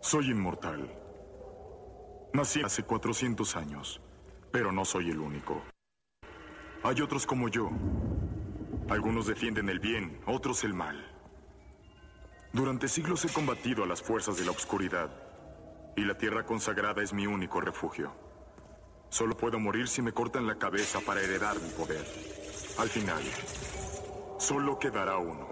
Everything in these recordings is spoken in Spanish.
Soy inmortal. Nací hace 400 años, pero no soy el único. Hay otros como yo. Algunos defienden el bien, otros el mal. Durante siglos he combatido a las fuerzas de la oscuridad, y la tierra consagrada es mi único refugio. Solo puedo morir si me cortan la cabeza para heredar mi poder. Al final, solo quedará uno.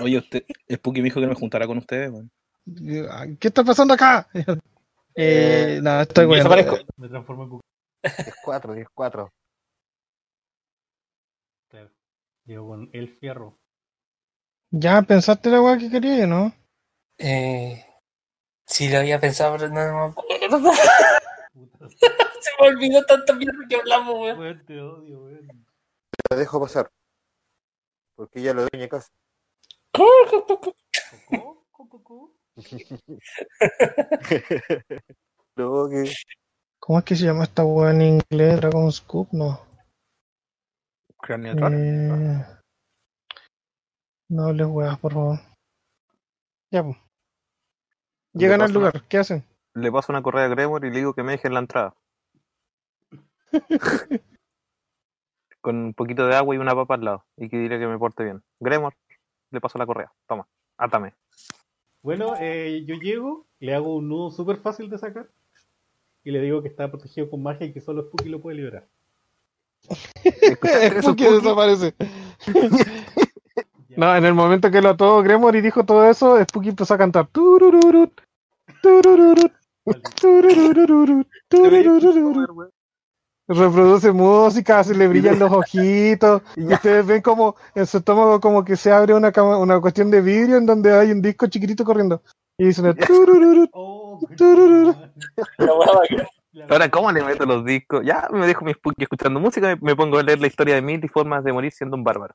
Oye, usted, Spooky me dijo que no me juntara con ustedes, weón. ¿Qué está pasando acá? Eh, no, estoy bueno. Desaparezco. Me transformo en cucaracha. 10-4, 10-4. Llego con el fierro. Ya pensaste la weá que quería, ¿no? Eh, sí, lo había pensado, pero no me acuerdo. Puta, Se me olvidó tanto mierda que hablamos, weón. weón, te odio, weón. La dejo pasar. Porque ya lo doy en casa. ¿Cocó? ¿Cocó? Luego que. ¿Cómo es que se llama esta weá en inglés? Dragon Scoop, no. Cráneo Eh, no les weas, por favor. Ya, pues. Llegan al lugar, ¿qué hacen? Le paso una correa a Gremor y le digo que me deje en la entrada. Con un poquito de agua y una papa al lado. Y que diré que me porte bien. Gremor, le paso la correa. Toma, átame. Bueno, eh, yo llego, le hago un nudo súper fácil de sacar y le digo que está protegido con magia y que solo Spooky lo puede liberar. Es Eh, porque desaparece. No, en el momento que lo ató Gremor y dijo todo eso, Spooky empezó a cantar. Turururut, turururut, tururururut, tururururut. Reproduce música, se le brillan los ojitos. Y ustedes ven como en su estómago como que se abre una, cama- una cuestión de vidrio en donde hay un disco chiquitito corriendo. Y dicen turururut. Oh, Tururú. La weá bacán. La- Ahora, ¿cómo le meto los discos? Ya me dejo mi spooky escuchando música me- me pongo a leer la historia de mil y formas de morir siendo un bárbaro.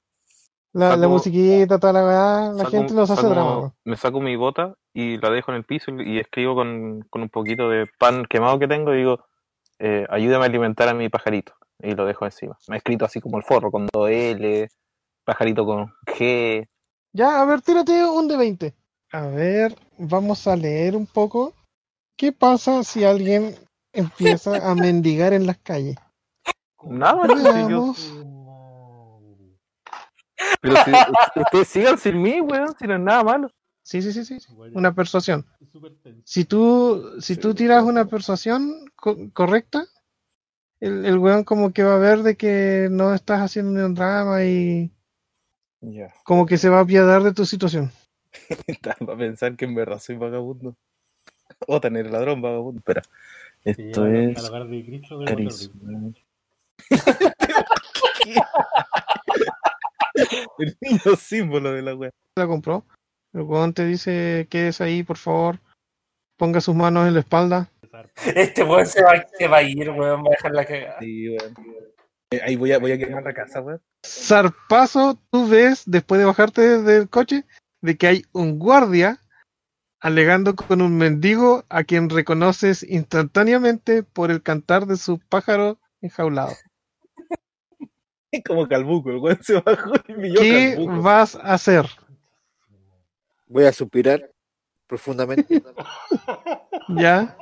La, la Saco- musiquita, toda la weá, la Saco- gente nos hace saco- drama. weón. Me saco mi bota y la dejo en el piso y, y escribo con, con un poquito de pan quemado que tengo y digo, eh, ayúdame a alimentar a mi pajarito. Y lo dejo encima. Me he escrito así como el forro, con 2L, pajarito con G. Ya, a ver, tírate un de 20. A ver, vamos a leer un poco. ¿Qué pasa si alguien empieza a mendigar en las calles? Nada, Veamos. si yo- pero si- Ah, ustedes sigan sin mí, weón, si no es nada malo. Sí, sí, sí, sí. sí. Igual ya- Una persuasión. Súper tenso. Si tú, si tú tiras una persuasión co- correcta, el, el weón como que va a ver de que no estás haciendo un drama y como que se va a apiadar de tu situación. Para pensar que en verdad soy vagabundo. O tener ladrón vagabundo. Espera. Se Esto llevan al es hogar de Cristo de Waterdeep. carisma. El niño símbolo de la wea. La compró. El weón te dice, quédese ahí, por favor. Ponga sus manos en la espalda. Este weón se va, se va a ir, weón. Va a dejar la cagada. Sí, weón. Eh, Ahí voy a, voy a quemar la casa, weón. zarpazo, tú ves, después de bajarte del coche, de que hay un guardia alegando con un mendigo a quien reconoces instantáneamente por el cantar de su pájaro enjaulado. Es como calbuco, el weón se bajó y me ¿Qué calbuco. vas a hacer? Voy a suspirar profundamente. ¿Ya?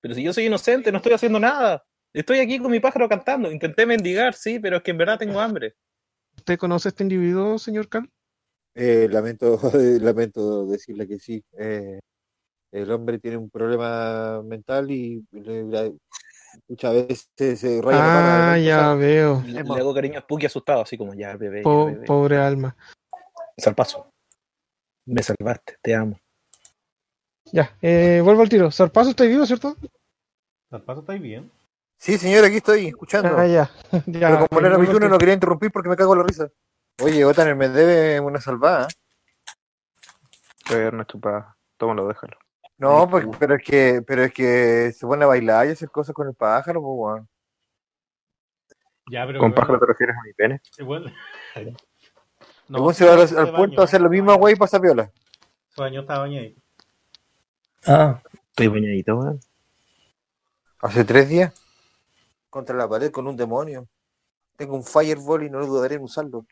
Pero si yo soy inocente, no estoy haciendo nada. Estoy aquí con mi pájaro cantando. Intenté mendigar, sí, pero es que en verdad tengo hambre. ¿Usted conoce a este individuo, señor Cal? Eh, lamento, lamento decirle que sí. Eh, el hombre tiene un problema mental y le- la- muchas veces se raya la barra Ah, de ya veo. Le, le hago cariño a Spooky asustado, así como ya, bebé. ya, Po- bebé. pobre alma. Zarpazo. Me salvaste, te amo. Ya, eh, vuelvo al tiro. Zarpazo, ¿estáis vivo, cierto? ¿Zarpazo estáis bien? Sí, señor, aquí estoy escuchando. Ah, ya. ya. Pero como no era mi turno, Ninguno no quería interrumpir porque me cago en la risa. Oye, Otaner, me debe una salvada. Pero no es tu pa- Tómalo, déjalo. No, pues, pero es que, pero es que se pone a bailar y hacer cosas con el pájaro, pues, weón. Ya, pero. ¿Con weón, pájaro te refieres a mi pene? igual- El weón se va al, se al puerto bañó, a hacer lo mismo, bañó. güey, y pasa piola. Su baño estaba bañadito. Ah, Estoy bañadito, weón. Hace tres días. Contra la pared con un demonio. Tengo un fireball y no dudaré en usarlo.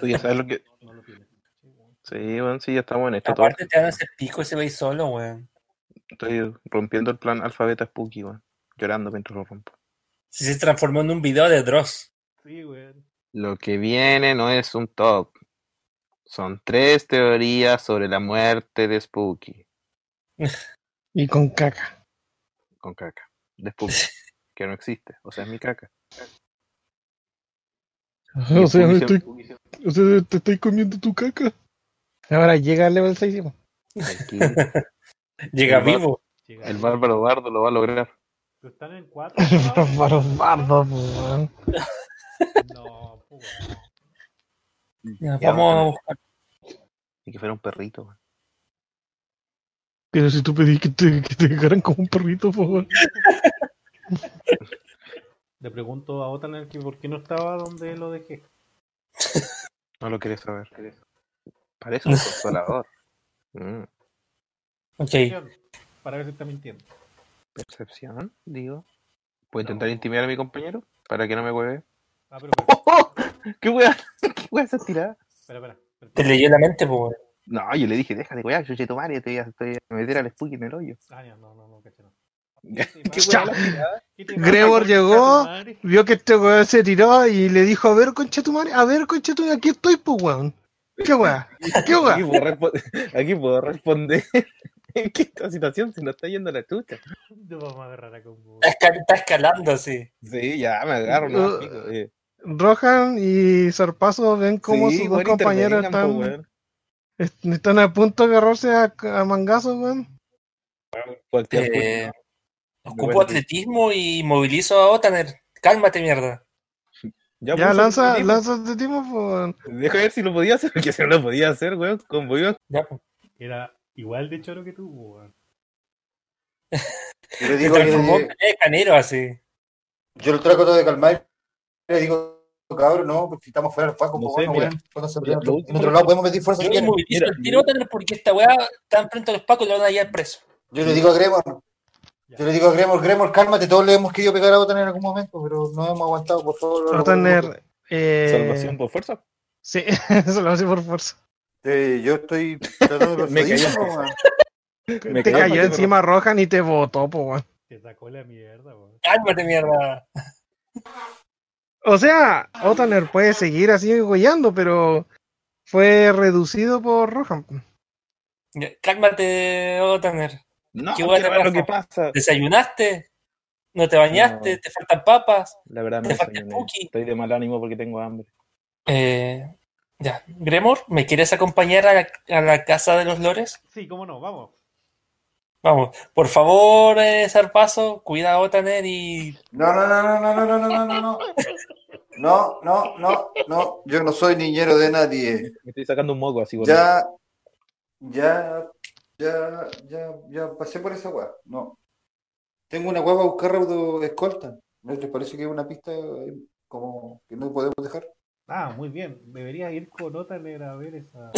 Tú ya sabes lo que. No lo tiene. Sí, weón, sí, ya estamos en esto. todo. aparte te van a hacer pico ese veis solo, weón. Estoy rompiendo el plan alfabeta Spooky, weón. Llorando mientras lo rompo. Si se transformó en un video de Dross. Sí, weón. Lo que viene no es un top. Son tres teorías sobre la muerte de Spooky. Y con caca. Con caca. De Spooky. que no existe. O sea, es mi caca. Y O sea, Spooky me se- estoy, o sea, te estoy comiendo tu caca. Ahora llega al level 6. ¿sí? Tranquilo. Llega El bar- vivo. Llega. El bárbaro bardo lo va a lograr. Pero están en cuatro. Bárbaro, bárbaro, weón. No, pues, weón. Ya, Ya, vamos a weón. buscar. Y que fuera un perrito, weón. Pero si tú pedís que te, que te dejaran como un perrito, por favor. Le pregunto a Otaner que por qué no estaba donde lo dejé. No lo quieres saber. Parece un consolador. Mm, Ok. Para ver si está mintiendo. Percepción, digo. ¿Puedo intentar intimidar a mi compañero? Para que no me hueve. Ah, pero espera, ¿Qué wea? ¿Qué wea esa tirada? espera, espera. espera. Te leyó la mente, po, weón. No, yo le dije, déjate weá, yo che tu madre, te voy a, te voy a meter al spooky en el hoyo. Ah, ya, no, no, no, caché, no. ¿Qué pasa? wea la tirada? ¿Qué te Gregor pasa, llegó. concha tu madre? Vio que este weón se tiró y le dijo, a ver, concha tu madre, a ver, concha tu madre, aquí estoy, pues, weón. ¿Qué weón? ¿Qué Aquí weón? puedo, respo- aquí puedo responder. Es que esta situación se nos está yendo a la chucha. Nos vamos a agarrar a combo. Está, esca- está escalando así. Sí, ya me agarro, no, Uh, pico, eh. Rohan y Zarpazo ven cómo Sí, sus dos weón, compañeros intervengan, po, están, weón. est- están a punto de agarrarse a, a mangazos, weón. Cualquier Eh, puto. ocupo Bueno, atletismo y movilizo a Otaner. Cálmate, mierda. Ya pues, lanza, salimos. lanza este tipo, pues, weón. Deja ver si lo podía hacer, porque si no lo podía hacer, weón, con Boiván. Ya, po. Era igual de choro que tú, weón. Yo le Se digo que transformó en Canet de canero así. yo lo trato de calmar. Le digo, cabrón, no, pues si estamos fuera del Paco, No pues sé, bueno, mira. weón. Cosas se Lo pelean. último- En otro lado podemos meter fuerza si Yo me quieren. movilizo mira, el tiro, Otaner, porque esta weá tan pronto a los pacos y lo van a llevar preso. Yo le digo a Gremor, yo le digo a Gremor, Gremor, cálmate, todos le hemos querido pegar a Botaner en algún momento, pero no hemos aguantado, por favor. no lo- Rotaner, eh... Salvación por fuerza. Sí, salvación por fuerza. Eh, yo estoy tratando de Me cayó. persuadirlo, weón. Me te quedé cayó con- encima Rohan y te botó, pues, weón. Te sacó la mierda, weón. Cálmate, mierda. O sea, Otaner puede seguir así goyando, pero fue reducido por Rohan. Ya, Cálmate, oh, Otaner. No, Qué buena qué raro raza. que pasa. ¿Desayunaste? ¿No te bañaste? No. ¿Te faltan papas? La verdad no Te falta desayuné. Spooky. Estoy de mal ánimo porque tengo hambre. Eh, ya. Gremor, ¿me quieres acompañar a la, a la casa de los lores? Sí, cómo no, vamos. Vamos, por favor, eh, Zarpazo, cuida a Otaner y. No, no, no, no, no, no, no, no, no, no. No, no, no, no. Yo no soy niñero de nadie. Me estoy sacando un moco así, weón. Ya, ya, ya, ya, ya pasé por esa weá. No. Tengo una weá para buscar auto escolta. ¿No te parece que es una pista eh, como que no podemos dejar? Ah, muy bien. Deberías ir con Otaner a ver esa.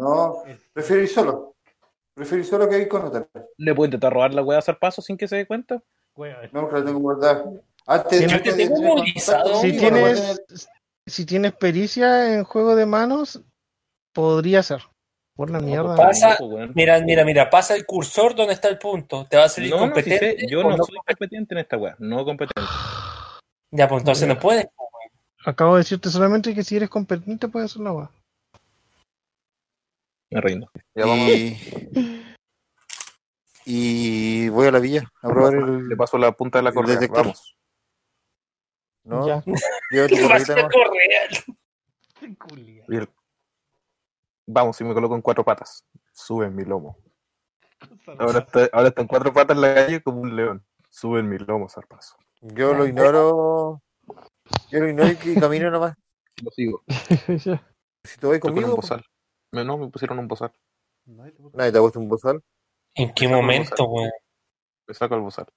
No, esa- prefiero ir solo. Prefiero ir solo que ir con otra. ¿Le puedo intentar robar la weá a zarpazo sin que se dé cuenta? weón. No, que la tengo guardada. Antes, Tiene- antes de ¿Tengo tener movilizado? contacto Si conmigo, la voy a tener- tienes, si tienes pericia en juego de manos, podría ser. Por la No, mierda. pues, Pasa- tampoco, weón. Mira, mira, mira, pasa el cursor donde está el punto. Te va a salir No, no, si competente. sé, yo o no no soy competente en esta weá. No competente. Ya, pues entonces no puedes. Acabo de decirte solamente que si eres competente puedes hacer la weá. Me rindo. Y, y voy a la villa a probar el. Le paso la punta de la el correa. detector. Vamos. ¿No? Ya. Lleva tu ¿Qué va a correita ser nomás. Correa? Culia. Y el- Vamos, si me coloco en cuatro patas. Sube en mi lomo. Ahora está, ahora está en cuatro patas en la calle como un león. Sube en mi lomo, zarpazo. Yo lo ignoro. Yo lo ignoro y camino nomás. Lo sigo. Ya. Si te voy Con conmigo, un bozal. Me- No, me pusieron un bozal. Nadie te puso- nadie te ha puesto un bozal. ¿En qué momento, weón? Me saco el bozal.